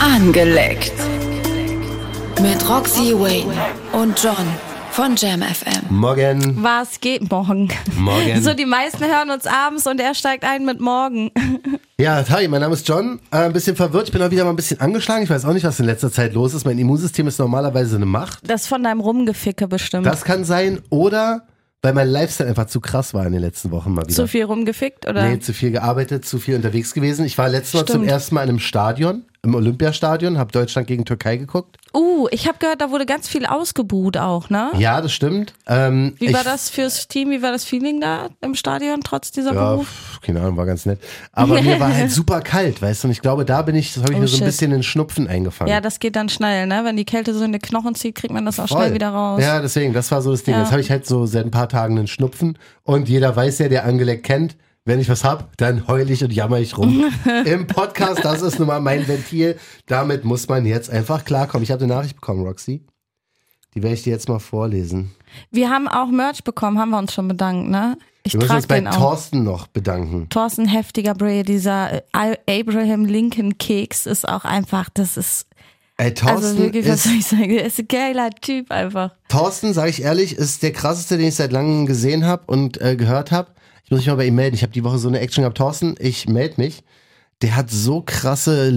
Angeleckt. Mit Roxy Wayne und John von Jam FM. Morgen. Was geht morgen? Morgen. So, die meisten hören uns abends und er steigt ein mit morgen. Ja, hi, mein Name ist John. Äh, ein bisschen verwirrt. Ich bin auch wieder mal ein bisschen angeschlagen. Ich weiß auch nicht, was in letzter Zeit los ist. Mein Immunsystem ist normalerweise eine Macht. Das von deinem Rumgeficke bestimmt. Das kann sein. Oder weil mein Lifestyle einfach zu krass war in den letzten Wochen mal wieder. Zu viel rumgefickt oder? Nee, zu viel gearbeitet, zu viel unterwegs gewesen. Ich war letztes Mal zum Stimmt. ersten Mal in einem Stadion, im Olympiastadion, habe Deutschland gegen Türkei geguckt. Uh, ich habe gehört, da wurde ganz viel ausgebuht auch, ne? Ja, das stimmt. Ähm, Wie ich- war das fürs Team? Wie war das Feeling da im Stadion trotz dieser Ja, Beruf? pf, keine Ahnung, war ganz nett. Aber mir war halt super kalt, weißt du? Und ich glaube, da bin ich, das habe ich Oh, mir so ein shit. bisschen den Schnupfen eingefangen. Ja, das geht dann schnell, ne? Wenn die Kälte so in die Knochen zieht, kriegt man das auch Voll. schnell wieder raus. Ja, deswegen, das war so das Ding. Ja. Jetzt habe ich halt so seit ein paar Tagen einen Schnupfen und jeder weiß ja, der angeleckt kennt, wenn ich was hab, dann heul ich und jammer ich rum. Im Podcast, das ist nun mal mein Ventil. Damit muss man jetzt einfach klarkommen. Ich habe eine Nachricht bekommen, Roxy. Die werde ich dir jetzt mal vorlesen. Wir haben auch Merch bekommen, haben wir uns schon bedankt, ne? Ich Wir müssen trage uns bei den auch. Thorsten noch bedanken. Thorsten heftiger Bray, dieser äh, Abraham Lincoln Keks ist auch einfach, das ist Ey, Also Thorsten wirklich, was ist soll ich sagen? Er ist ein geiler Typ einfach. Thorsten, sage ich ehrlich, ist der krasseste, den ich seit langem gesehen habe und äh, gehört habe. Ich muss mich mal bei ihm melden. Ich habe die Woche so eine Action gehabt. Thorsten, ich melde mich. Der hat so krasse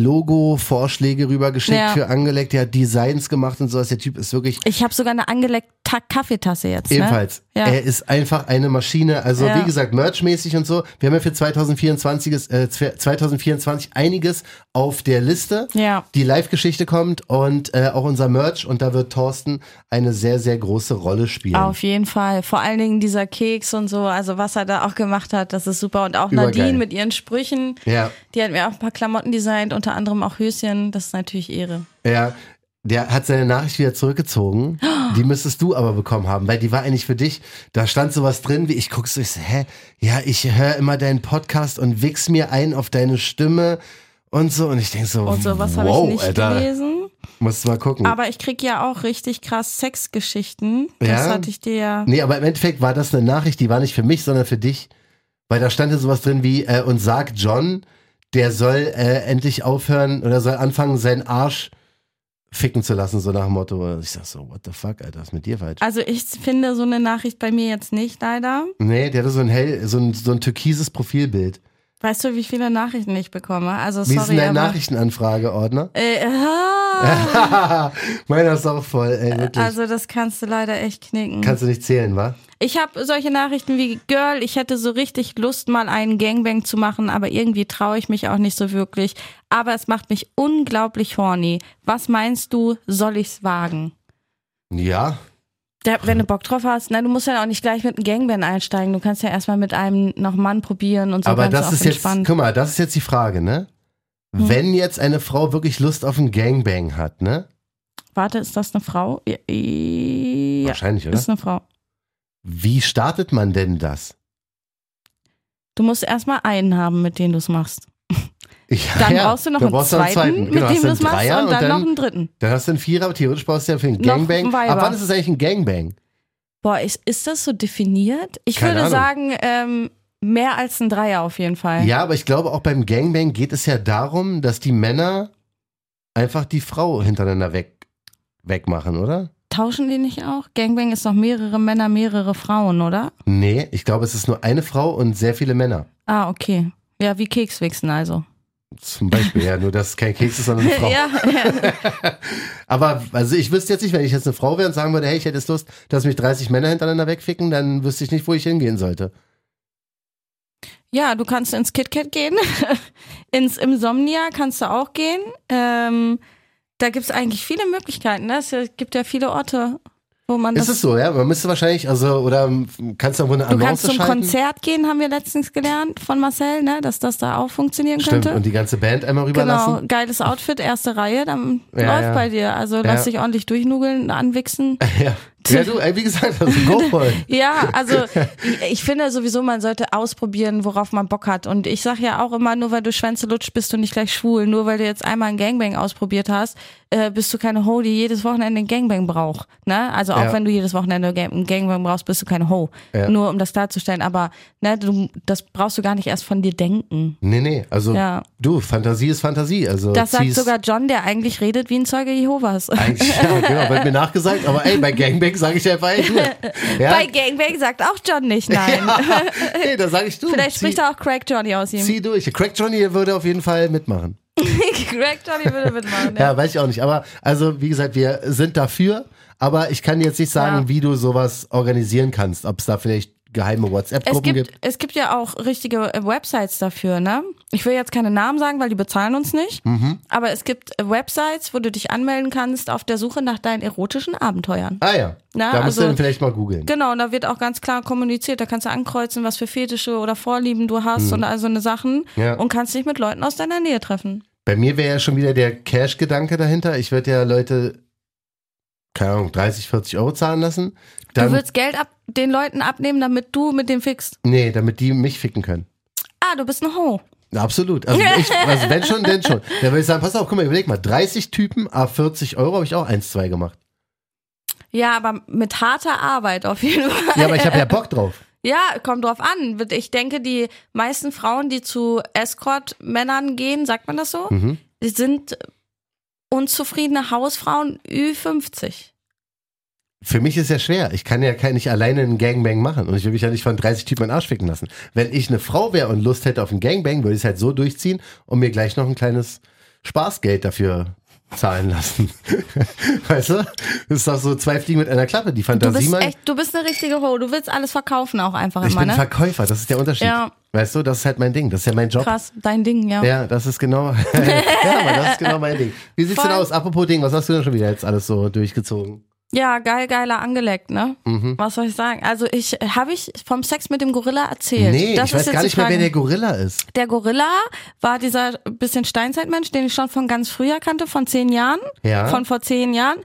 Logo-Vorschläge rübergeschickt Ja. für angelegt. Der hat Designs gemacht und sowas. Der Typ ist wirklich Ich habe sogar eine angeleckte Kaffeetasse jetzt. Ne? ebenfalls. Ja. Er ist einfach eine Maschine. Also Ja. wie gesagt, merchmäßig und so. Wir haben ja für 2024, ist, äh, 2024 einiges auf der Liste. Ja. Die Live-Geschichte kommt und äh, auch unser Merch. Und da wird Thorsten eine sehr, sehr große Rolle spielen. Auf jeden Fall. Vor allen Dingen dieser Keks und so, also was er da auch gemacht hat, das ist super. Und auch Nadine Übergeil. mit ihren Sprüchen. Ja. Die hat mir auch ein paar Klamotten designt, unter anderem auch Höschen. Das ist natürlich Ehre. Ja, der hat seine Nachricht wieder zurückgezogen. Die müsstest du aber bekommen haben, weil die war eigentlich für dich. Da stand sowas drin, wie ich guck's, ich so, hä? Ja, ich höre immer deinen Podcast und wichs mir ein auf deine Stimme und so. Und ich denk so, Und sowas habe wow, ich nicht Alter, Oh. gelesen. musst du mal gucken. Aber ich krieg ja auch richtig krass Sexgeschichten. Das Ja? hatte ich dir ja. nee, aber im Endeffekt war das eine Nachricht, die war nicht für mich, sondern für dich. Weil da stand ja sowas drin wie, äh, und sagt John, der soll äh, endlich aufhören oder soll anfangen, seinen Arsch ficken zu lassen, so nach dem Motto. Ich sag so, what the fuck, Alter, was ist mit dir falsch? Also ich finde so eine Nachricht bei mir jetzt nicht, leider. Nee, der hatte so ein hell, so ein, so ein türkises Profilbild. Weißt du, wie viele Nachrichten ich bekomme? Also Wie sorry, ist denn dein aber Nachrichtenanfrageordner? Äh, ah, Meiner ist auch voll, ey, wirklich. also das kannst du leider echt knicken. Kannst du nicht zählen, wa? ich habe solche Nachrichten wie Girl, ich hätte so richtig Lust mal einen Gangbang zu machen, aber irgendwie traue ich mich auch nicht so wirklich, aber es macht mich unglaublich horny. Was meinst du, soll ich's wagen? Ja. Da, wenn du Bock drauf hast, na, du musst ja auch nicht gleich mit einem Gangbang einsteigen. Du kannst ja erstmal mit einem noch Mann probieren und so aber ganz Hm. das auch ist jetzt, entspannt. guck mal, das ist jetzt die Frage, ne? Wenn jetzt eine Frau wirklich Lust auf einen Gangbang hat, ne? Warte, ist das eine Frau? Ja, ja Wahrscheinlich, ne? oder? ist eine Frau. Wie startet man denn das? Du musst erstmal einen haben, mit dem du's machst. Ich, Dann ja, brauchst du noch dann einen, brauchst du zweiten, Genau, mit hast dem du du einen es machst, und Dreier dann, noch einen dritten. Dann hast du einen Vierer, aber theoretisch brauchst du ja für einen Noch einen Gangbang. Weiber. Ab wann ist es eigentlich ein Gangbang? Boah, ist, ist das so definiert? Ich Keine würde Ahnung. sagen, ähm, mehr als ein Dreier auf jeden Fall. Ja, aber ich glaube, auch beim Gangbang geht es ja darum, dass die Männer einfach die Frau hintereinander weg, wegmachen, oder? Tauschen die nicht auch? Gangbang ist noch mehrere Männer, mehrere Frauen, oder? Nee, ich glaube, es ist nur eine Frau und sehr viele Männer. Ah, okay. Ja, wie Kekswichsen also. Zum Beispiel, ja, nur dass es kein Keks ist, sondern eine Frau. Ja, ja. Aber also ich wüsste jetzt nicht, wenn ich jetzt eine Frau wäre und sagen würde, hey, ich hätte jetzt Lust, dass mich 30 Männer hintereinander wegficken, dann wüsste ich nicht, wo ich hingehen sollte. ja, du kannst ins KitKat gehen. ins Insomnia kannst du auch gehen. Ähm, da gibt's eigentlich viele Möglichkeiten. Ne? Es gibt ja viele Orte, wo man Ist das es so, ja? Man müsste wahrscheinlich, also, oder mm, kannst du irgendwo eine Du Annonce kannst zum schalten? Konzert gehen, haben wir letztens gelernt von Marcel, ne, dass das da auch funktionieren Stimmt, könnte. und die ganze Band einmal Genau, rüberlassen. geiles Outfit, erste Reihe, dann Ja, läuft ja. bei dir. Also lass Ja. dich ordentlich durchnugeln, anwichsen. Ja. ja, du, ey, wie gesagt, also go for it. Ja, also ich finde sowieso, man sollte ausprobieren, worauf man Bock hat. Und ich sag ja auch immer, nur weil du Schwänze lutscht, bist du nicht gleich schwul. Nur weil du jetzt einmal ein Gangbang ausprobiert hast, äh, bist du keine Ho, die jedes Wochenende einen Gangbang braucht. Ne? Also auch Ja. wenn du jedes Wochenende Gang- einen Gangbang brauchst, bist du keine Ho. Ja. Nur um das klarzustellen. Aber ne, du, das brauchst du gar nicht erst von dir denken. Nee, nee, also Ja. du, Fantasie ist Fantasie. Also Das sagt ziehst- sogar John, der eigentlich redet wie ein Zeuge Jehovas. Eigentlich, ja, genau, wird mir nachgesagt, aber ey, bei Gangbang sage ich einfach, ey, du. Ja, Bei Gangbang sagt auch John nicht nein. nee, da sage ich du. Vielleicht zieh, spricht auch Craig Johnny aus ihm. zieh durch. Crack Johnny würde auf jeden Fall mitmachen. Craig Johnny würde mitmachen. Ja, weiß ich auch nicht. Aber also, wie gesagt, wir sind dafür, aber ich kann jetzt nicht sagen, Ja. wie du sowas organisieren kannst, ob es da vielleicht geheime Es WhatsApp-Gruppen gibt, gibt. es gibt ja auch richtige äh, Websites dafür, ne? Ich will jetzt keine Namen sagen, weil die bezahlen uns nicht. Mhm. Aber es gibt äh, Websites, wo du dich anmelden kannst auf der Suche nach deinen erotischen Abenteuern. Ah ja, Na, da musst du also- dann vielleicht mal googeln. Genau, und da wird auch ganz klar kommuniziert. Da kannst du ankreuzen, was für Fetische oder Vorlieben du hast und all so eine Sachen. Mhm. Ja. Und kannst dich mit Leuten aus deiner Nähe treffen. Bei mir wäre ja schon wieder der Cash-Gedanke dahinter. Ich würde ja Leute, keine Ahnung, 30, 40 Euro zahlen lassen. du Dann, willst Geld ab den Leuten abnehmen, damit du mit dem fixt. nee, damit die mich ficken können. Ah, du bist ein Ho. Absolut. Also, ich, also wenn schon, denn schon. Dann würde ich sagen, pass auf, guck mal, überleg mal, 30 Typen, a 40 Euro habe ich auch 1, 2 gemacht. Ja, aber mit harter Arbeit auf jeden Fall. Ja, aber ich habe ja Bock drauf. Ja, kommt drauf an. Ich denke, die meisten Frauen, die zu Escort-Männern gehen, sagt man das so, Mhm. die sind unzufriedene Hausfrauen Ü50. Für mich ist ja schwer. Ich kann ja kein, nicht alleine einen Gangbang machen und ich will mich ja nicht von 30 Typen einen Arsch ficken lassen. Wenn ich eine Frau wäre und Lust hätte auf einen Gangbang, würde ich es halt so durchziehen und mir gleich noch ein kleines Spaßgeld dafür zahlen lassen. weißt du? Das ist doch so zwei Fliegen mit einer Klappe. Die Du Fantasie bist mal. echt, du bist eine richtige Ho. Du willst alles verkaufen auch einfach Ich immer, bin ne? Verkäufer, das ist der Unterschied. Ja. Weißt du, das ist halt mein Ding, das ist ja mein Job. Krass, dein Ding, ja. Ja, das ist genau, ja, aber das ist genau mein Ding. Wie sieht's denn Voll. aus? Apropos Ding, was hast du denn schon wieder jetzt alles so durchgezogen? Ja, geil, geiler angeleckt, ne? Mhm. Was soll ich sagen? Also ich, habe ich vom Sex mit dem Gorilla erzählt? Nee, das ich ist weiß jetzt gar die nicht mehr, wer Frage. der Gorilla ist. Der Gorilla war dieser bisschen Steinzeitmensch, den ich schon von ganz früher kannte, von zehn Jahren, Ja. von vor zehn Jahren,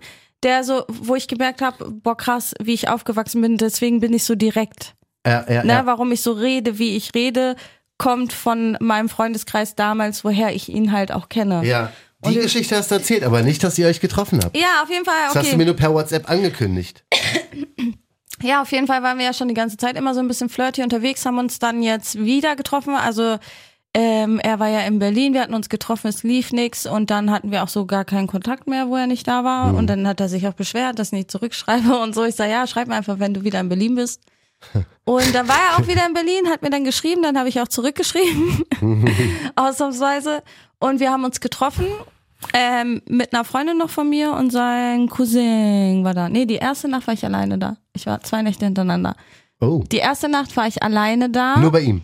der so, wo ich gemerkt habe, boah krass, wie ich aufgewachsen bin, deswegen bin ich so direkt. Ja, ja, Ne? ja. Warum ich so rede, wie ich rede, kommt von meinem Freundeskreis damals, woher ich ihn halt auch kenne. ja. Die Geschichte hast du erzählt, aber nicht, dass ihr euch getroffen habt. Ja, auf jeden Fall. Okay. Das hast du mir nur per WhatsApp angekündigt. Ja, auf jeden Fall waren wir ja schon die ganze Zeit immer so ein bisschen flirty unterwegs, haben uns dann jetzt wieder getroffen. Also ähm, er war ja in Berlin, wir hatten uns getroffen, es lief nix und dann hatten wir auch so gar keinen Kontakt mehr, wo er nicht da war. Und dann hat er sich auch beschwert, dass ich nicht zurückschreibe und so. Ich sage, ja, schreib mir einfach, wenn du wieder in Berlin bist. Und dann war er auch wieder in Berlin, hat mir dann geschrieben, dann habe ich auch zurückgeschrieben, ausnahmsweise. Und wir haben uns getroffen ähm, mit einer Freundin noch von mir und sein Cousin war da. Nee, die erste Nacht war ich alleine da. Ich war zwei Nächte hintereinander. Oh. Die erste Nacht war ich alleine da. Nur bei ihm.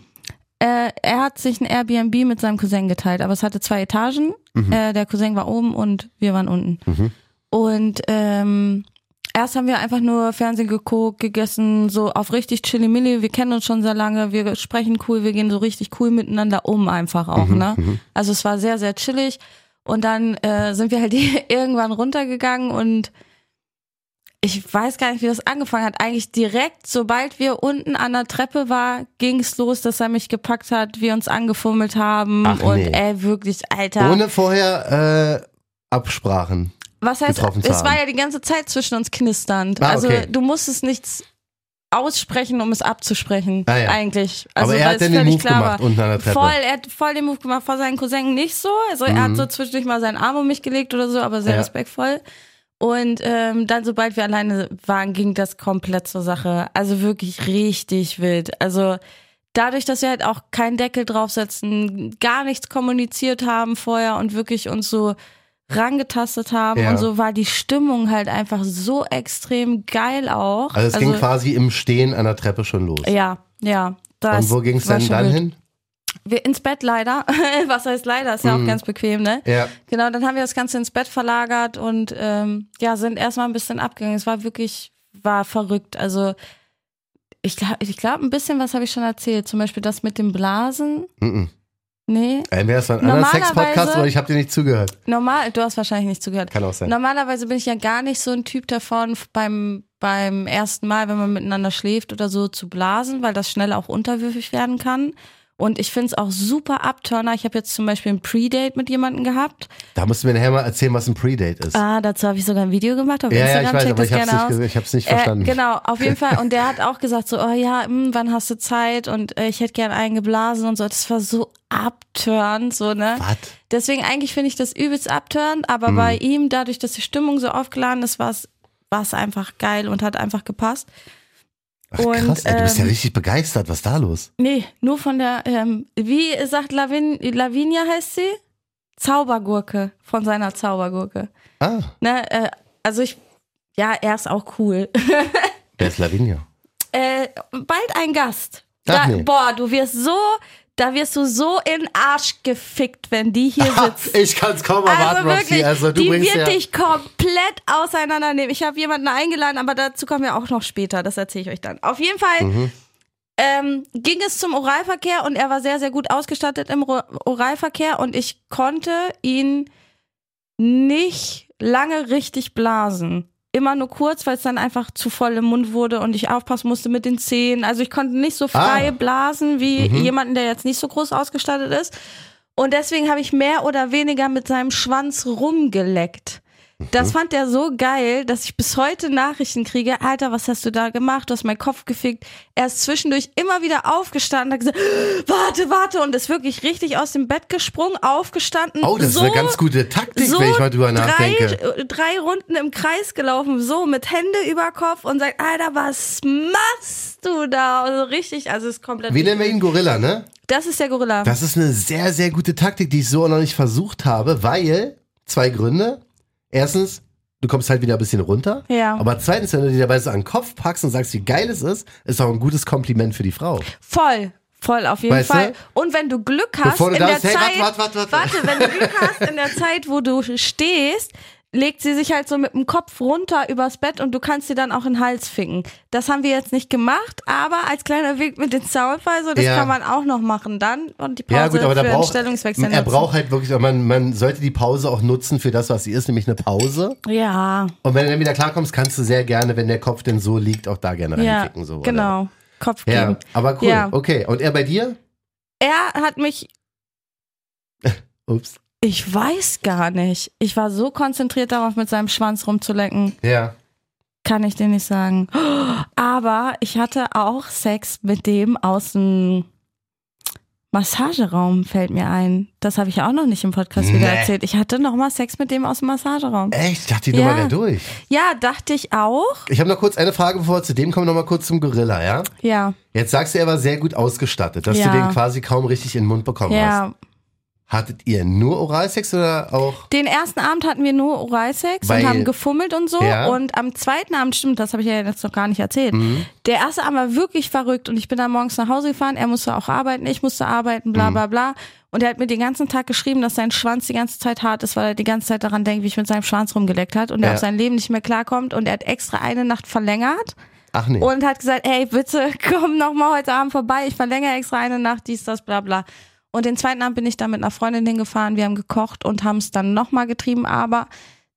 Äh, er hat sich ein Airbnb mit seinem Cousin geteilt, aber es hatte zwei Etagen. Äh, der Cousin war oben und wir waren unten. Und ähm, erst haben wir einfach nur Fernsehen geguckt, gegessen, so auf richtig Chillimilli. Wir kennen uns schon sehr lange, wir sprechen cool, wir gehen so richtig cool miteinander um einfach auch, ne? Also es war sehr, sehr chillig. Und dann äh, sind wir halt irgendwann runtergegangen und ich weiß gar nicht, wie das angefangen hat. Eigentlich direkt, sobald wir unten an der Treppe war, ging's los, dass er mich gepackt hat, wir uns angefummelt haben Ach, und nee. ey, wirklich, Alter. Ohne vorher äh, Absprachen. Was heißt, getroffen zu es haben. war ja die ganze Zeit zwischen uns knisternd. Ah, also okay. du musstest nichts aussprechen, um es abzusprechen, Ah, ja. eigentlich. Also, Aber er weil hat es dann den völlig Move klar gemacht war. unten an der Treppe. Voll, er hat voll den Move gemacht, vor seinen Cousin nicht so. Also er hat so zwischendurch mal seinen Arm um mich gelegt oder so, aber sehr Mhm. Ja. respektvoll. Und ähm, dann, sobald wir alleine waren, ging das komplett zur Sache. Also wirklich richtig wild. Also dadurch, dass wir halt auch keinen Deckel draufsetzen, gar nichts kommuniziert haben vorher und wirklich uns so rangetastet haben Ja. und so war die Stimmung halt einfach so extrem geil auch. Also es ging quasi im Stehen an der Treppe schon los. ja, ja. Das Und wo ging es war denn schon dann wild. hin? Wir ins Bett leider. Was heißt leider? Ist ja auch ganz bequem, ne? Ja. Genau, dann haben wir das Ganze ins Bett verlagert und ähm, ja, sind erstmal ein bisschen abgegangen. Es war wirklich, war verrückt. Also ich glaube, ich glaub, ein bisschen was habe ich schon erzählt. Zum Beispiel das mit dem Blasen. Mhm. Nee, Wäre es ein anderer Normalerweise- Sex-Podcast, aber ich habe dir nicht zugehört. normal, du hast wahrscheinlich nicht zugehört. Kann auch sein. Normalerweise bin ich ja gar nicht so ein Typ davon, f- beim, beim ersten Mal, wenn man miteinander schläft oder so, zu blasen, weil das schnell auch unterwürfig werden kann. Und ich finde es auch super Abturner. Ich habe jetzt zum Beispiel ein Pre-Date mit jemandem gehabt. Da musst du mir nachher mal erzählen, was ein Pre-Date ist. Ah, dazu habe ich sogar ein Video gemacht auf Ja, ja, Instagram. ich weiß, Checkt aber das ich hab's gerne nicht aus. gesehen, ich hab's nicht verstanden. Äh, genau, auf jeden Fall. Und der hat auch gesagt so, oh ja, hm, wann hast du Zeit? Und äh, ich hätte gern einen geblasen und so. Das war so abturnt, so, ne? Was? Deswegen eigentlich finde ich das übelst abturnt, aber bei Mhm. ihm, dadurch, dass die Stimmung so aufgeladen ist, war es war es einfach geil und hat einfach gepasst. Ach, Und, krass, ey, du bist ja ähm, richtig begeistert. Was ist da los? Nee, nur von der, ähm, wie sagt Lavin, Lavinia heißt sie? Zaubergurke, von seiner Zaubergurke. Ah, Ne, äh, also ich, ja, er ist auch cool. wer ist Lavinia? äh, bald ein Gast. Ach Da, nee. Boah, du wirst so, da wirst du so in Arsch gefickt, wenn die hier Ha, sitzt. ich kann's kaum erwarten, Also Roxy. wirklich, Also, du die bringst wird ja. dich komplett auseinandernehmen. Ich habe jemanden eingeladen, aber dazu kommen wir auch noch später. Das erzähle ich euch dann. Auf jeden Fall Mhm. ähm, ging es zum Oralverkehr und er war sehr, sehr gut ausgestattet im Ro- Oralverkehr und ich konnte ihn nicht lange richtig blasen. Immer nur kurz, weil es dann einfach zu voll im Mund wurde und ich aufpassen musste mit den Zähnen. Also ich konnte nicht so frei Ah. Mhm. blasen wie jemanden, der jetzt nicht so groß ausgestattet ist. Und deswegen habe ich mehr oder weniger mit seinem Schwanz rumgeleckt. Mhm. Das fand er so geil, dass ich bis heute Nachrichten kriege. Alter, was hast du da gemacht? Du hast meinen Kopf gefickt. Er ist zwischendurch immer wieder aufgestanden, hat gesagt, warte, warte, und ist wirklich richtig aus dem Bett gesprungen, aufgestanden. Oh, das so, ist eine ganz gute Taktik, wenn ich mal drüber nachdenke. Drei, drei Runden im Kreis gelaufen, so mit Hände über Kopf und sagt, Alter, was machst du da? Also richtig, also ist komplett. Wie nennen wir ihn? Gorilla, ne? das ist der Gorilla. Das ist eine sehr, sehr gute Taktik, die ich so noch nicht versucht habe, weil zwei Gründe. Erstens, du kommst halt wieder ein bisschen runter. Ja. Aber zweitens, wenn du dir dabei so an den Kopf packst und sagst, wie geil es ist, ist auch ein gutes Kompliment für die Frau. Voll. Voll, auf jeden Weißt du? Fall. Und wenn du Glück hast, Bevor du in da der bist, hey, Zeit, warte, warte, warte, warte. warte, wenn du Glück hast, in der Zeit, wo du stehst, legt sie sich halt so mit dem Kopf runter übers Bett und du kannst sie dann auch in den Hals ficken. Das haben wir jetzt nicht gemacht, aber als kleiner Weg mit den Soundfall, so, das Ja. kann man auch noch machen dann und die Pause Ja, gut, aber für da einen braucht, Stellungswechsel er nutzen. braucht halt wirklich, man, man sollte die Pause auch nutzen für das, was sie ist, nämlich eine Pause. ja, Und wenn du dann wieder klarkommst, kannst du sehr gerne, wenn der Kopf denn so liegt, auch da gerne ja, reinkicken. So, oder? genau. Kopf geben. Ja, aber cool. Ja. Okay, und er bei dir? Er hat mich Ups. ich weiß gar nicht. Ich war so konzentriert darauf, mit seinem Schwanz rumzulecken. Ja. Kann ich dir nicht sagen. Aber ich hatte auch Sex mit dem aus dem Massageraum, fällt mir ein. Das habe ich ja auch noch nicht im Podcast wieder Nee. erzählt. Ich hatte nochmal Sex mit dem aus dem Massageraum. Echt? Ich dachte, die Ja. Nummer wäre durch. Ja, dachte ich auch. Ich habe noch kurz eine Frage, bevor wir zu dem kommen, noch mal kurz zum Gorilla, ja? Ja, Jetzt sagst du, er war sehr gut ausgestattet, dass Ja. du den quasi kaum richtig in den Mund bekommen hast. ja. Hattet ihr nur Oralsex oder auch? Den ersten Abend hatten wir nur Oralsex Weil- und haben gefummelt und so. Ja. Mhm. Und am zweiten Abend, stimmt, das habe ich ja jetzt noch gar nicht erzählt. Der erste Abend war wirklich verrückt und ich bin dann morgens nach Hause gefahren. Er musste auch arbeiten, ich musste arbeiten, Mhm. bla bla bla. Und er hat mir den ganzen Tag geschrieben, dass sein Schwanz die ganze Zeit hart ist, weil er die ganze Zeit daran denkt, wie ich mit seinem Schwanz rumgeleckt hat und er Ja. auf sein Leben nicht mehr klarkommt. Und er hat extra eine Nacht verlängert Ach nee. und hat gesagt, ey, bitte komm nochmal heute Abend vorbei, ich verlängere extra eine Nacht, dies, das, bla bla. Und den zweiten Abend bin ich dann mit einer Freundin hingefahren, wir haben gekocht und haben es dann nochmal getrieben, aber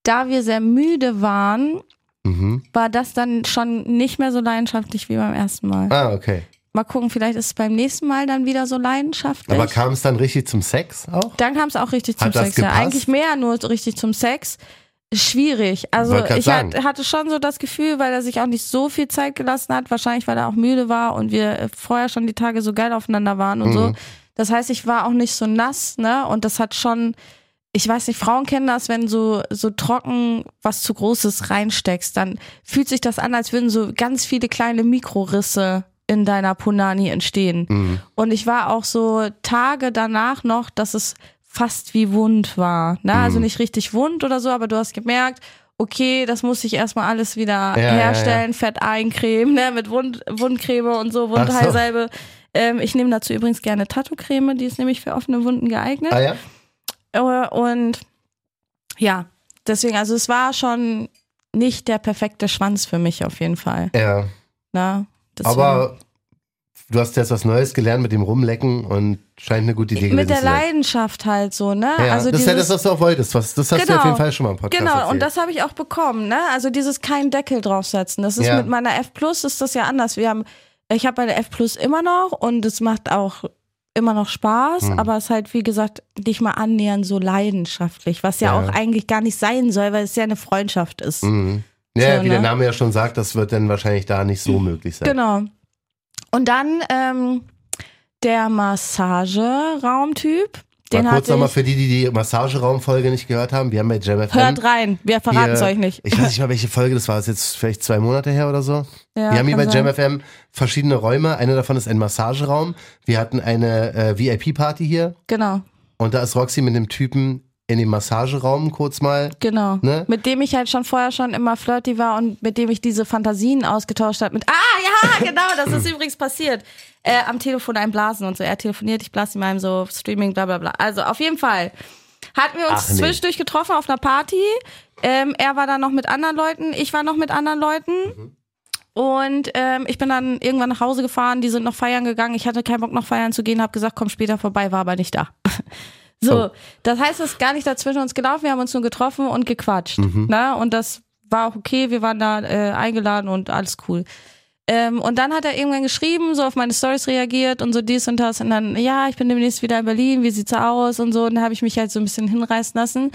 da wir sehr müde waren, Mhm. war das dann schon nicht mehr so leidenschaftlich wie beim ersten Mal. Ah, okay. Mal gucken, vielleicht ist es beim nächsten Mal dann wieder so leidenschaftlich. Aber kam es dann richtig zum Sex auch? dann kam es auch richtig zum Hat das Sex. Ja. gepasst? Eigentlich mehr nur so richtig zum Sex. Schwierig. Also Wollt grad ich hat, sagen. hatte schon so das Gefühl, weil er sich auch nicht so viel Zeit gelassen hat, wahrscheinlich weil er auch müde war und wir äh, vorher schon die Tage so geil aufeinander waren und Mhm. so. Das heißt, ich war auch nicht so nass, ne? Und das hat schon, ich weiß nicht, Frauen kennen das, wenn so so trocken was zu Großes reinsteckst, dann fühlt sich das an, als würden so ganz viele kleine Mikrorisse in deiner Punani Mhm. entstehen. Und ich war auch so Tage danach noch, dass es fast wie wund war. Ne? Mhm. Also nicht richtig wund oder so, aber du hast gemerkt, okay, das muss ich erstmal alles wieder ja, herstellen, Fett eincremen, ne? mit Wund, Wundcreme und so, Wundheilsalbe. Ähm, ich nehme dazu übrigens gerne Tattoo-Creme, die ist nämlich für offene Wunden geeignet. Ah ja? Äh, Und ja, deswegen, also es war schon nicht der perfekte Schwanz für mich auf jeden Fall. Ja. Ne? Deswegen- Aber du hast jetzt was Neues gelernt mit dem Rumlecken und scheint eine gute Idee gewesen mit der zu sein. Leidenschaft halt so, ne? Ja, also das ist ja das, was du auch wolltest. Was, das hast du Genau. auf jeden Fall schon mal im Podcast Genau, erzählt. und das habe ich auch bekommen, ne? Also dieses keinen Deckel draufsetzen. Das ist Ja. mit meiner F Plus ist das ja anders. Wir haben, ich habe meine F Plus immer noch und es macht auch immer noch Spaß, Hm. aber es ist halt, wie gesagt, nicht mal annähernd so leidenschaftlich, was ja, Ja. Hm. auch eigentlich gar nicht sein soll, weil es ja eine Freundschaft ist. Naja, So, wie der ne? Name Mhm. ja schon sagt, das wird dann wahrscheinlich da nicht so möglich sein. Genau. Und dann ähm, der Massageraumtyp, den Mal kurz hatte nochmal ich. für die, die die Massageraumfolge nicht gehört haben. Wir haben bei Jam FM Hört rein, wir verraten es euch nicht. Ich weiß nicht mal, welche Folge das war. Das ist jetzt vielleicht zwei Monate her oder so. Ja, wir haben hier bei kann Jam FM verschiedene Räume. Einer davon ist ein Massageraum. Wir hatten eine äh, VIP-Party hier. Genau, Und da ist Roxy mit dem Typen in dem Massageraum kurz mal. genau. Ne? Mit dem ich halt schon vorher schon immer flirty war und mit dem ich diese Fantasien ausgetauscht habe. Mit, ah, ja, genau, das ist übrigens passiert. Äh, am Telefon einblasen und so. Er telefoniert, ich blase ihm einem so Streaming, bla, bla, bla. Also auf jeden Fall hatten wir uns Ach, nee. zwischendurch getroffen auf einer Party. Ähm, er war dann noch mit anderen Leuten, ich war noch mit anderen Leuten. Und ähm, ich bin dann irgendwann nach Hause gefahren, die sind noch feiern gegangen. Ich hatte keinen Bock, noch feiern zu gehen, habe gesagt, komm später vorbei, war aber nicht da. so, Oh. das heißt, es ist gar nicht dazwischen uns gelaufen, wir haben uns nur getroffen und gequatscht. Mhm. Na, und das war auch okay, wir waren da äh, eingeladen und alles cool. Ähm, und dann hat er irgendwann geschrieben, so auf meine Stories reagiert und so dies und das. Und dann, ja, ich bin demnächst wieder in Berlin, wie sieht's aus und so. Und dann habe ich mich halt so ein bisschen hinreißen lassen.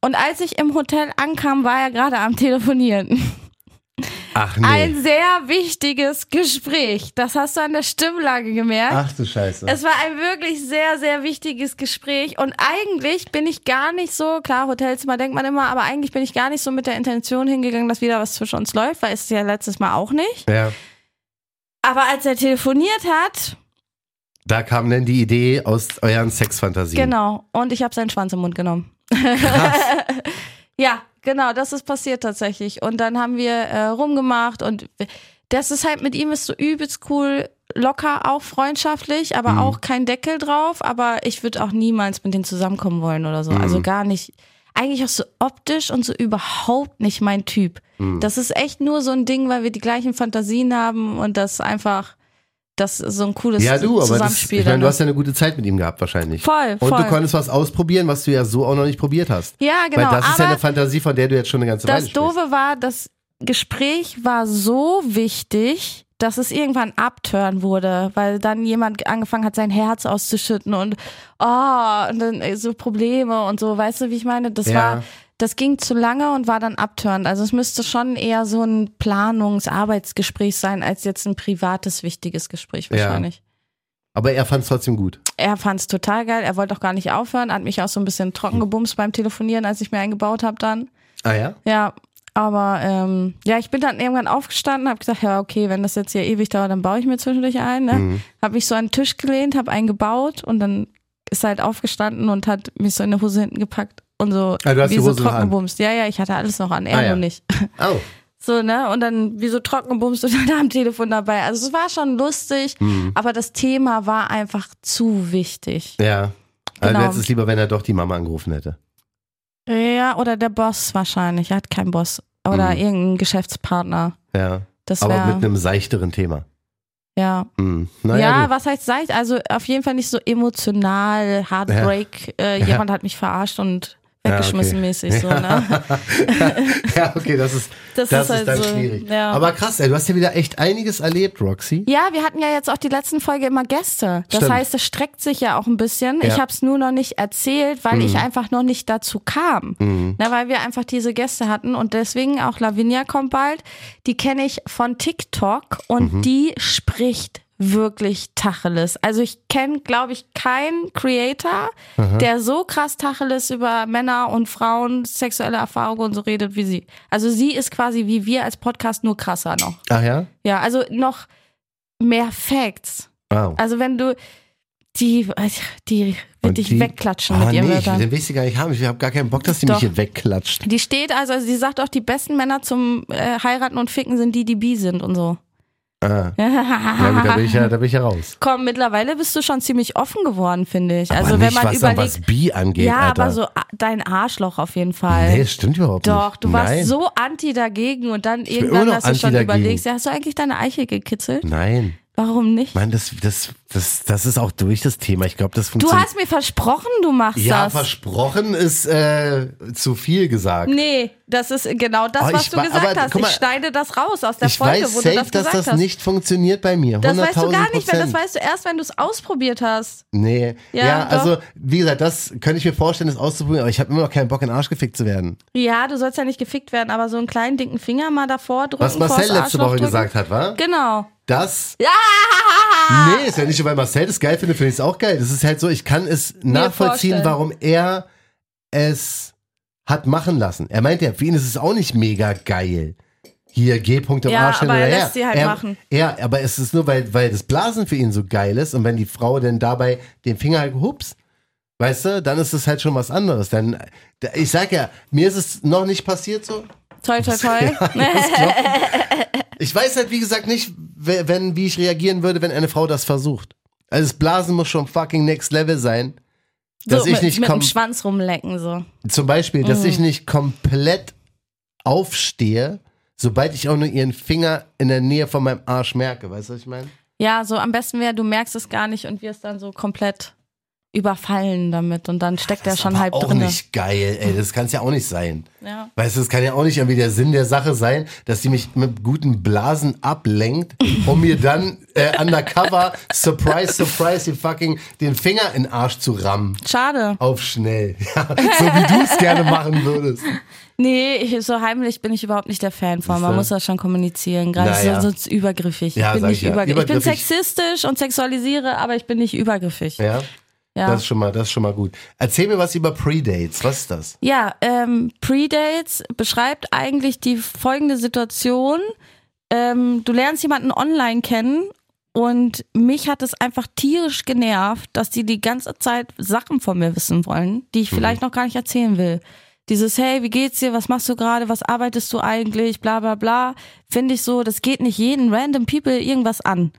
Und als ich im Hotel ankam, war er gerade am Telefonieren. Ach nee. Ein sehr wichtiges Gespräch. Das hast du an der Stimmlage gemerkt. Ach du Scheiße. Es war ein wirklich sehr, sehr wichtiges Gespräch. Und eigentlich bin ich gar nicht so, klar, Hotelzimmer denkt man immer, aber eigentlich bin ich gar nicht so mit der Intention hingegangen, dass wieder was zwischen uns läuft, weil es ist ja letztes Mal auch nicht. ja. Aber als er telefoniert hat, Da kam dann die Idee aus euren Sexfantasien. genau, und ich habe seinen Schwanz im Mund genommen. Krass. Ja, genau, das ist passiert tatsächlich. Und dann haben wir äh, rumgemacht und w- das ist halt mit ihm ist so übelst cool, locker, auch freundschaftlich, Mhm. aber auch kein Deckel drauf. Aber ich würde auch niemals mit denen zusammenkommen wollen oder so. Mhm. Also gar nicht. Eigentlich auch so optisch und so überhaupt nicht mein Typ. Mhm. Das ist echt nur so ein Ding, weil wir die gleichen Fantasien haben und das einfach, das ist so ein cooles Ja, du, aber das, Zusammenspiel. ich meine, dann du ist. hast ja eine gute Zeit mit ihm gehabt wahrscheinlich. Voll, Und du voll. konntest was ausprobieren, was du ja so auch noch nicht probiert hast. ja, genau. Weil das ist ja aber eine Fantasie, von der du jetzt schon eine ganze Weile Das sprichst. Doofe war, das Gespräch war so wichtig, dass es irgendwann abtören wurde, weil dann jemand angefangen hat, sein Herz auszuschütten und oh, und dann äh, so Probleme und so, weißt du, wie ich meine? Das Ja. war, das ging zu lange und war dann abtörend. Also es müsste schon eher so ein Planungsarbeitsgespräch sein, als jetzt ein privates, wichtiges Gespräch Ja. wahrscheinlich. Aber er fand es trotzdem gut. Er fand es total geil, er wollte auch gar nicht aufhören, hat mich auch so ein bisschen trocken gebumst beim Telefonieren, als ich mir eingebaut habe dann. Ah ja? Ja, aber ähm, ja, ich bin dann irgendwann aufgestanden, habe gesagt, ja okay, wenn das jetzt hier ewig dauert, dann baue ich mir zwischendurch ein. Ne? Mhm. Habe mich so an den Tisch gelehnt, habe einen gebaut und dann ist er halt aufgestanden und hat mich so in die Hose hinten gepackt und so Ah, du hast wie die so Hose noch an. trockenbumst. Ja, ja, ich hatte alles noch an, er Ah, ja. nur nicht. Oh. So, ne? Und dann wie so trockenbumst und dann am Telefon dabei. Also es war schon lustig, Hm. aber das Thema war einfach zu wichtig. Ja. Also Genau. du hättest es lieber, wenn er doch die Mama angerufen hätte. Ja, oder der Boss wahrscheinlich. Er hat keinen Boss. Oder Mhm. irgendeinen Geschäftspartner. Ja. Das Aber mit ne- wäre, einem seichteren Thema. ja. Hm. ja, Naja, was heißt seicht? Also auf jeden Fall nicht so emotional, Heartbreak, äh, jemand hat mich verarscht und Ja, weggeschmissen okay. mäßig so, ne? du. ja, okay, das ist, Das das ist ist, halt dann so, schwierig. ja. Aber krass, ey, du hast ja wieder echt einiges erlebt, Roxy. Ja, wir hatten ja jetzt auch die letzten Folge immer Gäste. Das Stimmt. heißt, es streckt sich ja auch ein bisschen. Ich Ja. Mhm. habe es nur noch nicht erzählt, weil ich einfach noch nicht dazu kam. Na, weil wir einfach diese Gäste hatten und deswegen auch Lavinia kommt bald. Die kenne ich von TikTok und Mhm. die spricht wirklich Tacheles. Also ich kenne, glaube ich, keinen Creator, der so krass Tacheles über Männer und Frauen, sexuelle Erfahrungen und so redet wie sie. Also sie ist quasi wie wir als Podcast nur krasser noch. Ach ja? Ja, also noch mehr Facts. Wow. Also wenn du die, die wird Und dich die- wegklatschen oh, mit ihren nee, ich, Wörtern. den will ich sie gar nicht haben. Ich habe gar keinen Bock, dass die Doch. mich hier wegklatscht. Die steht also, also sie sagt auch, die besten Männer zum äh, Heiraten und Ficken sind die, die bi sind und so. Ah. Ja, gut, da bin ich ja, da bin ich ja raus. Komm, mittlerweile bist du schon ziemlich offen geworden, finde ich. Also aber wenn nicht, man was, was überlegt, Bi angeht, ja, Alter. aber so a- dein Arschloch auf jeden Fall. Nee, das stimmt überhaupt nicht. Doch, du warst Nein. so anti dagegen und dann bin irgendwann immer noch hast du anti schon dagegen. überlegst, ja, hast du eigentlich deine Eiche gekitzelt? Nein. Warum nicht? Mann, das, das, das, das ist auch durch das Thema. Ich glaube, das Du funktioniert. hast mir versprochen, du machst ja, das. versprochen ist äh, zu viel gesagt. Nee, das ist genau das, Aber was Oh, ich du wa- gesagt aber hast. guck mal, ich schneide das raus aus der Ich Folge, weiß wo safe, du das dass gesagt das hast. nicht funktioniert bei mir. das weißt du gar nicht, weil das Prozent. weißt du erst, wenn du es ausprobiert hast. Nee. Ja, Ja, doch. also, wie gesagt, das könnte ich mir vorstellen, das auszuprobieren, aber ich habe immer noch keinen Bock, in den Arsch gefickt zu werden. Ja, du sollst ja nicht gefickt werden, aber so einen kleinen dicken Finger mal davor drücken. Was Marcel vors letzte Arschloch Woche drücken. gesagt hat, war? Genau. Das. Nee, ist ja nicht nur, weil Marcel das geil findet, finde ich es auch geil. Das ist halt so, ich kann es nachvollziehen, vorstellen. warum er es hat machen lassen. Er meinte ja, für ihn ist es auch nicht mega geil. Hier, G-Punkt am Ja, Arsch hin aber oder er her. lässt sie halt er, machen. Ja, aber es ist nur, weil, weil das Blasen für ihn so geil ist und wenn die Frau dann dabei den Finger halt hups, weißt du, dann ist es halt schon was anderes. Dann, da- ich sag ja, mir ist es noch nicht passiert so, Toi, toi, toi. ich weiß halt, wie gesagt, nicht, we- wenn, wie ich reagieren würde, wenn eine Frau das versucht. Also das Blasen muss schon fucking next level sein. so, Dass ich mit, nicht mit komm- dem Mhm. Schwanz rumlecken, so. Zum Beispiel, dass ich nicht komplett aufstehe, sobald ich auch nur ihren Finger in der Nähe von meinem Arsch merke. Weißt du, was ich meine? Ja, so am besten wäre, du merkst es gar nicht und wirst dann so komplett überfallen damit und dann steckt er ist schon aber halb auch drin. nicht geil, ey. Das kann es ja auch nicht sein. Ja. Weißt du, das kann ja auch nicht irgendwie der Sinn der Sache sein, dass sie mich mit guten Blasen ablenkt, um mir dann äh, undercover, surprise, surprise, ihr fucking den Finger in den Arsch zu rammen. Schade. Auf schnell. Ja, so wie du es gerne machen würdest. Nee, ich, so heimlich bin ich überhaupt nicht der Fan von. Man Siehste? muss das schon kommunizieren. Gerade Naja. so, sonst übergriffig. Ja, ich bin sag nicht ich ja. übergriffig. Ich bin Übergriffig. sexistisch und sexualisiere, aber ich bin nicht übergriffig. Ja. Ja. Das ist schon mal, das ist schon mal gut. Erzähl mir was über Predates. Was ist das? Ja, ähm, Predates beschreibt eigentlich die folgende Situation. Ähm, du lernst jemanden online kennen und mich hat es einfach tierisch genervt, dass die die ganze Zeit Sachen von mir wissen wollen, die ich vielleicht noch gar nicht erzählen will. Dieses, hey, wie geht's dir? Was machst du gerade? Was arbeitest du eigentlich? Bla, bla, bla. Finde ich so, das geht nicht jeden random people irgendwas an.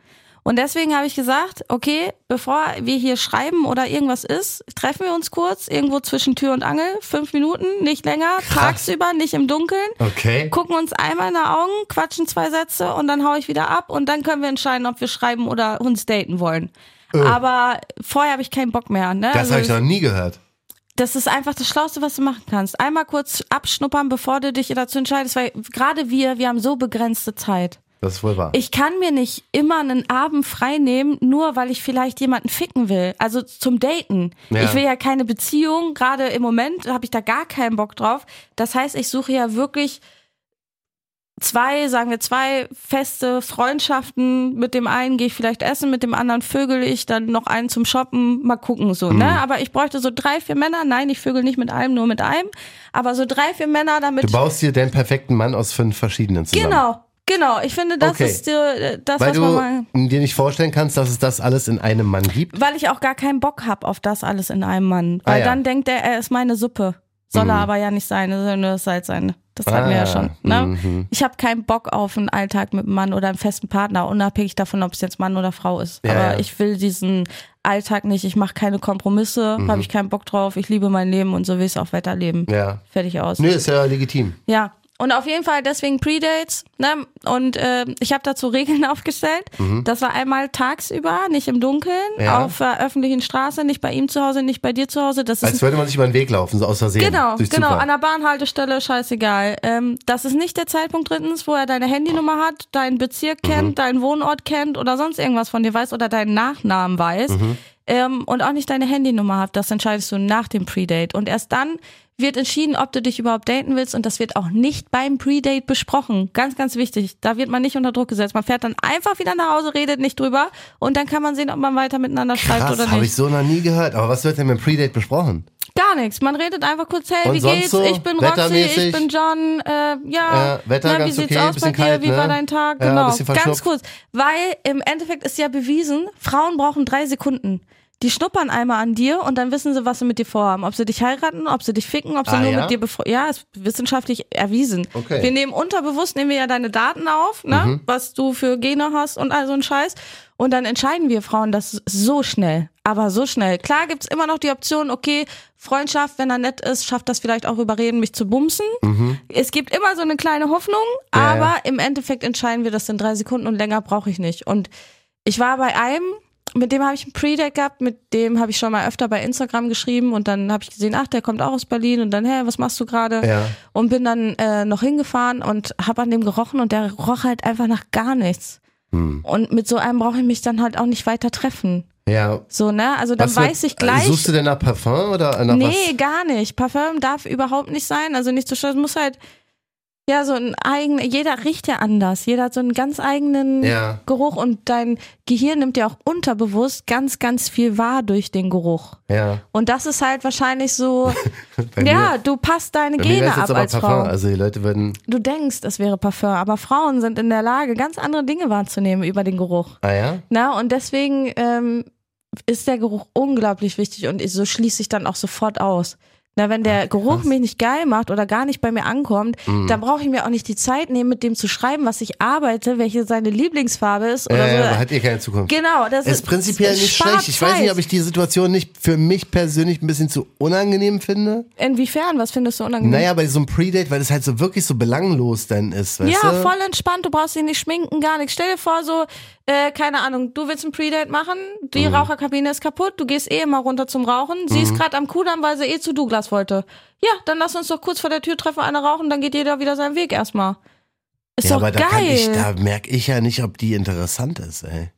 Und deswegen habe ich gesagt, okay, bevor wir hier schreiben oder irgendwas ist, treffen wir uns kurz irgendwo zwischen Tür und Angel, fünf Minuten, nicht länger, tagsüber, nicht im Dunkeln, Okay. gucken uns einmal in die Augen, quatschen zwei Sätze und dann hau ich wieder ab und dann können wir entscheiden, ob wir schreiben oder uns daten wollen. Aber vorher habe ich keinen Bock mehr. Ne? Oh. Das habe ich noch nie gehört. das ist einfach das Schlauste, was du machen kannst. Einmal kurz abschnuppern, bevor du dich dazu entscheidest, weil gerade wir, wir haben so begrenzte Zeit. Das ist wohl wahr. Ich kann mir nicht immer einen Abend frei nehmen, nur weil ich vielleicht jemanden ficken will. Also zum Daten. Ja. Ich will ja keine Beziehung. Gerade im Moment habe ich da gar keinen Bock drauf. Das heißt, ich suche ja wirklich zwei, sagen wir zwei feste Freundschaften. Mit dem einen gehe ich vielleicht essen, mit dem anderen vögel ich, dann noch einen zum Shoppen, mal gucken so. Hm. Ne? Aber ich bräuchte so drei, vier Männer. Nein, ich vögel nicht mit einem, nur mit einem. Aber so drei, vier Männer, damit Du baust dir deinen perfekten Mann aus fünf verschiedenen zusammen. Genau, genau. Ich finde, das Okay. ist äh, das, Weil was man mal. du dir nicht vorstellen kannst, dass es das alles in einem Mann gibt. Weil ich auch gar keinen Bock hab auf das alles in einem Mann. Ah, Weil ja. Mhm. dann denkt er, er ist meine Suppe. Soll er aber ja nicht sein, er soll nur das Salz sein. Das hatten wir Ah, ja schon. Ne? mhm. Ich habe keinen Bock auf einen Alltag mit einem Mann oder einem festen Partner, unabhängig davon, ob es jetzt Mann oder Frau ist. Ja, aber ja. ich will diesen Alltag nicht, ich mache keine Kompromisse, hab habe ich keinen Bock drauf, ich liebe mein Leben und so will ich es auch weiterleben. Mhm. Ja. Fertig aus. Nö, ist ja legitim. Ja. Und auf jeden Fall deswegen Predates. Ne? Und äh, ich habe dazu Regeln aufgestellt. Das war einmal tagsüber, nicht im Dunkeln, Ja. auf der öffentlichen Straße, nicht bei ihm zu Hause, nicht bei dir zu Hause. Das Als ist würde man sich über den Weg laufen, so aus Versehen. genau, Durch genau, Zufall. an der Bahnhaltestelle, scheißegal. Ähm, das ist nicht der Zeitpunkt drittens, wo er deine Handynummer hat, deinen Bezirk Mhm. kennt, deinen Wohnort kennt oder sonst irgendwas von dir weiß oder deinen Nachnamen weiß. Mhm. Ähm, und auch nicht deine Handynummer hat, das entscheidest du nach dem Predate. Und erst dann wird entschieden, ob du dich überhaupt daten willst und das wird auch nicht beim Predate besprochen. Ganz, ganz wichtig. Da wird man nicht unter Druck gesetzt. Man fährt dann einfach wieder nach Hause, redet nicht drüber und dann kann man sehen, ob man weiter miteinander schreibt Krass, oder habe ich nicht. so noch nie gehört. Aber was wird denn mit dem Predate besprochen? Gar nichts. Man redet einfach kurz, hey, Und wie sonst geht's? so? ich bin Roxy, Wettermäßig? ich bin John, äh, ja, Ja, Wetter na, wie ganz sieht's okay, aus bei bisschen dir? kalt, wie ne? war dein Tag? Ja, Genau. bisschen ganz verschnupft. kurz. Weil im Endeffekt ist ja bewiesen, Frauen brauchen drei Sekunden. Die schnuppern einmal an dir und dann wissen sie, was sie mit dir vorhaben. Ob sie dich heiraten, ob sie dich ficken, ob sie Ah, nur ja? mit dir befreundet Ja, ist wissenschaftlich erwiesen. Okay. Wir nehmen unterbewusst, nehmen wir ja deine Daten auf, ne? was du für Gene hast und all so ein Scheiß. Und dann entscheiden wir Frauen das so schnell. Aber so schnell. Klar gibt's immer noch die Option, okay, Freundschaft, wenn er nett ist, schafft das vielleicht auch überreden, mich zu bumsen. Es gibt immer so eine kleine Hoffnung, Ja, ja. aber im Endeffekt entscheiden wir das in drei Sekunden und länger brauche ich nicht. Und Ich war bei einem, mit dem habe ich ein Pre-Date gehabt, mit dem habe ich schon mal öfter bei Instagram geschrieben und dann habe ich gesehen, ach, der kommt auch aus Berlin und dann, hä, was machst du gerade? Ja. Und bin dann äh, noch hingefahren und habe an dem gerochen und der roch halt einfach nach gar nichts. Hm. Und mit so einem brauche ich mich dann halt auch nicht weiter treffen. Ja. So, ne? Also dann Was mit- weiß ich gleich. Suchst du denn nach Parfum oder nach nee, was? gar nicht. Parfüm darf überhaupt nicht sein. Also nicht zu so, muss halt, ja, so ein eigen, jeder riecht ja anders. Jeder hat so einen ganz eigenen Ja. Geruch und dein Gehirn nimmt ja auch unterbewusst ganz, ganz viel wahr durch den Geruch. Ja. Und das ist halt wahrscheinlich so, Bei ja, mir- du passt deine bei mir Gene ist ab jetzt aber als Parfum. Frau. Also die Leute würden, Du denkst, es wäre Parfüm, aber Frauen sind in der Lage, ganz andere Dinge wahrzunehmen über den Geruch. ah ja? Na, und deswegen ähm, ist der Geruch unglaublich wichtig und ich, so schließe ich dann auch sofort aus. Na, wenn der Geruch mich nicht geil macht oder gar nicht bei mir ankommt, Mhm. dann brauche ich mir auch nicht die Zeit nehmen, mit dem zu schreiben, was ich arbeite, welche seine Lieblingsfarbe ist Ja, oder ja, so. aber hat ihr keine Zukunft. genau, das ist prinzipiell es nicht spart schlecht. Ich weiß nicht, ob ich die Situation nicht für mich persönlich ein bisschen zu unangenehm finde. Zeit. Inwiefern, was findest du unangenehm? Naja, bei so einem Pre-Date, weil das halt so wirklich so belanglos dann ist, weißt ja, du? voll entspannt, du brauchst dich nicht schminken, gar nichts. Stell dir vor, so, äh, keine Ahnung, du willst ein Pre-Date machen, die Mhm. Raucherkabine ist kaputt, du gehst eh immer runter zum Rauchen, sie ist gerade am Kudamm, weil sie eh zu Douglas wollte. Ja, dann lass uns doch kurz vor der Tür treffen, eine rauchen, dann geht jeder wieder seinen Weg erstmal. Ist ja, doch aber geil. da kann ich, da merke ich ja nicht, ob die interessant ist, ey.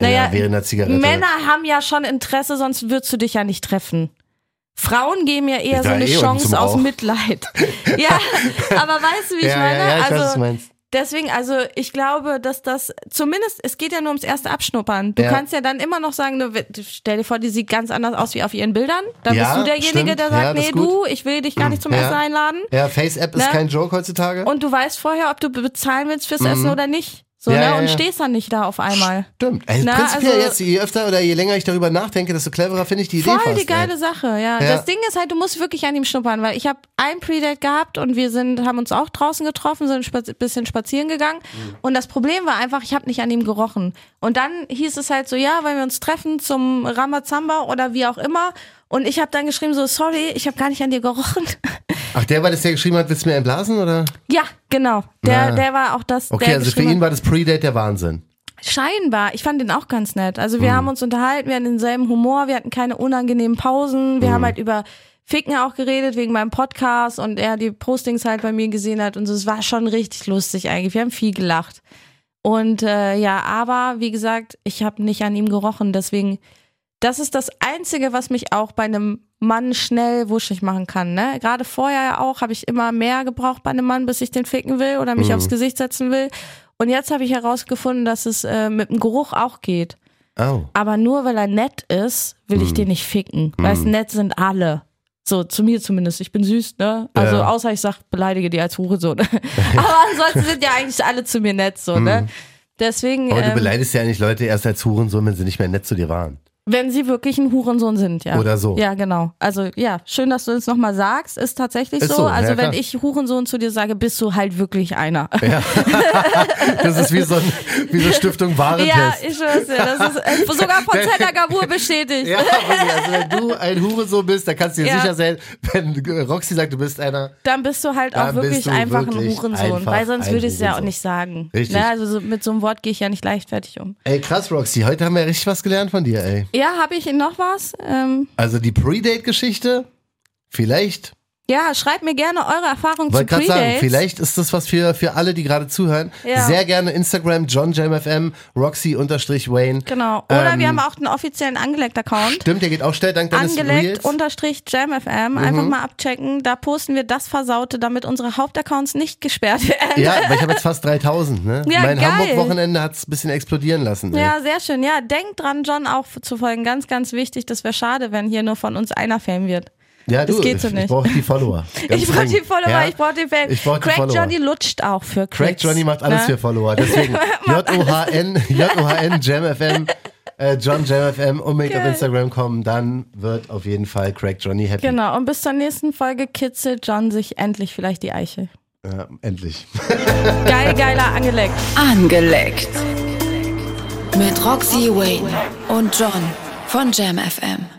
Naja, ja, während einer Zigarette. Männer haben ja schon Interesse, sonst würdest du dich ja nicht treffen. Frauen geben ja eher Da so eine eh unten zum Chance aus Rauchen. Mitleid. ja, aber weißt du, wie ich ja, meine? ja, ja, ich weiß, also, was du meinst. Deswegen, also ich glaube, dass das zumindest, es geht ja nur ums erste Abschnuppern. Du Ja. kannst ja dann immer noch sagen, ne, stell dir vor, die sieht ganz anders aus wie auf ihren Bildern. Dann Ja, bist du derjenige, stimmt. der Ja, sagt, das nee, ist gut. du, ich will dich gar nicht zum Ja. Essen einladen. Ja, Face-App ist Ne? kein Joke heutzutage. Und du weißt vorher, ob du bezahlen willst fürs Essen oder nicht. So, Mhm. Ja, ne? ja, Und ja. stehst dann nicht da auf einmal. Stimmt. Also Na, prinzipiell also- jetzt, je öfter oder je länger ich darüber nachdenke, desto cleverer finde ich die Idee Voll fast. ne? die geile Sache, Ja. ja. Das Ding ist halt, du musst wirklich an ihm schnuppern, weil ich habe ein Pre-Date gehabt und wir sind, haben uns auch draußen getroffen, sind ein spaz bisschen spazieren gegangen. Mhm. Und das Problem war einfach, ich habe nicht an ihm gerochen. Und dann hieß es halt so, ja, wollen wir uns treffen zum Ramazamba oder wie auch immer. Und ich habe dann geschrieben so, sorry, ich habe gar nicht an dir gerochen. ey. Ach, der war das, der geschrieben hat, willst du mir einblasen oder? ja, genau. Der, Na. der war auch das. Okay, der also für geschrieben ihn war das Pre-Date der Wahnsinn. Scheinbar. Ich fand den auch ganz nett. Also wir haben uns unterhalten, wir hatten denselben Humor, wir hatten keine unangenehmen Pausen, wir haben halt über Ficken auch geredet wegen meinem Podcast und er die Postings halt bei mir gesehen hat und so. Es war schon richtig lustig eigentlich. Wir haben viel gelacht. Und äh, ja, aber wie gesagt, ich habe nicht an ihm gerochen. Deswegen, das ist das Einzige, was mich auch bei einem Mann schnell wuschig machen kann. Ne? Gerade vorher ja auch habe ich immer mehr gebraucht bei einem Mann, bis ich den ficken will oder mich aufs Gesicht setzen will. Und jetzt habe ich herausgefunden, dass es äh, mit dem Geruch auch geht. Oh. Aber nur weil er nett ist, will Hm. ich den nicht ficken. Weil es nett sind alle. So, zu mir zumindest. Ich bin süß, ne? Also, Ja. außer ich sag, beleidige die als Hurensohn. Aber ansonsten sind ja eigentlich alle zu mir nett, so, ne? Deswegen, Hm. Aber du ähm, beleidigst ja eigentlich Leute erst als Hurensohn, wenn sie nicht mehr nett zu dir waren. wenn sie wirklich ein Hurensohn sind, ja. Oder so. Ja, genau. Also, ja, schön, dass du das nochmal sagst. Ist tatsächlich Ist so. so, ja, Also, wenn klar. ich Hurensohn zu dir sage, bist du halt wirklich einer. Das ist wie so, ein, wie so Stiftung ja, Warentest. ich schwör's dir. Das ist äh, sogar von Zedda Gabur bestätigt. Ja, wirklich, also wenn du ein Hurensohn bist, dann kannst du dir Ja. sicher sein, wenn äh, Roxy sagt, du bist einer. dann bist du halt auch Dann bist wirklich du einfach wirklich ein Hurensohn, einfach weil sonst ein würde ich es ja auch Hurensohn. nicht sagen. Richtig. Ne, also so, mit so einem Wort gehe ich ja nicht leichtfertig um. Ey, krass, Roxy, heute haben wir richtig was gelernt von dir, ey. Ja, habe ich noch was? Ähm, Also die Pre-Date-Geschichte, vielleicht ja, schreibt mir gerne eure Erfahrungen zu Wollte gerade sagen, Pre-Dates. vielleicht ist das was für, für alle, die gerade zuhören. Ja. Sehr gerne Instagram, JohnJamFM, Roxy-Wayne. Genau. Oder Ähm, wir haben auch einen offiziellen Angelegt-Account. Stimmt, der geht auch schnell, dank deines Angelegt Reels. unterstrich jamfm. Einfach Mhm. mal abchecken. Da posten wir das Versaute, damit unsere Hauptaccounts nicht gesperrt werden. ja, weil ich habe jetzt fast 3000, ne? Ja, mein geil. Hamburg-Wochenende hat es ein bisschen explodieren lassen. ey. Ja, sehr schön. Ja, denkt dran, John auch zu folgen. Ganz, ganz wichtig. Das wäre schade, wenn hier nur von uns einer Fan wird. ja das du, geht so ich, nicht. ich brauche die Follower. Ganz Ich brauche die dringend. Follower, Ja? ich brauche den Fan. Ich brauch die Crack Follower. Johnny lutscht auch für Crack Klicks. Johnny macht alles Ne? für Follower. Deswegen J-O-H-N, J-O-H-N, JamFM, äh, JohnJamFM, unbedingt auf Geil. Instagram kommen, dann wird auf jeden Fall Crack Johnny happy. Genau, und bis zur nächsten Folge kitzelt John sich endlich vielleicht die Eiche. Ja, endlich. Geil, geiler angelegt. Angeleckt. Mit Roxy Wayne und John von Jam FM.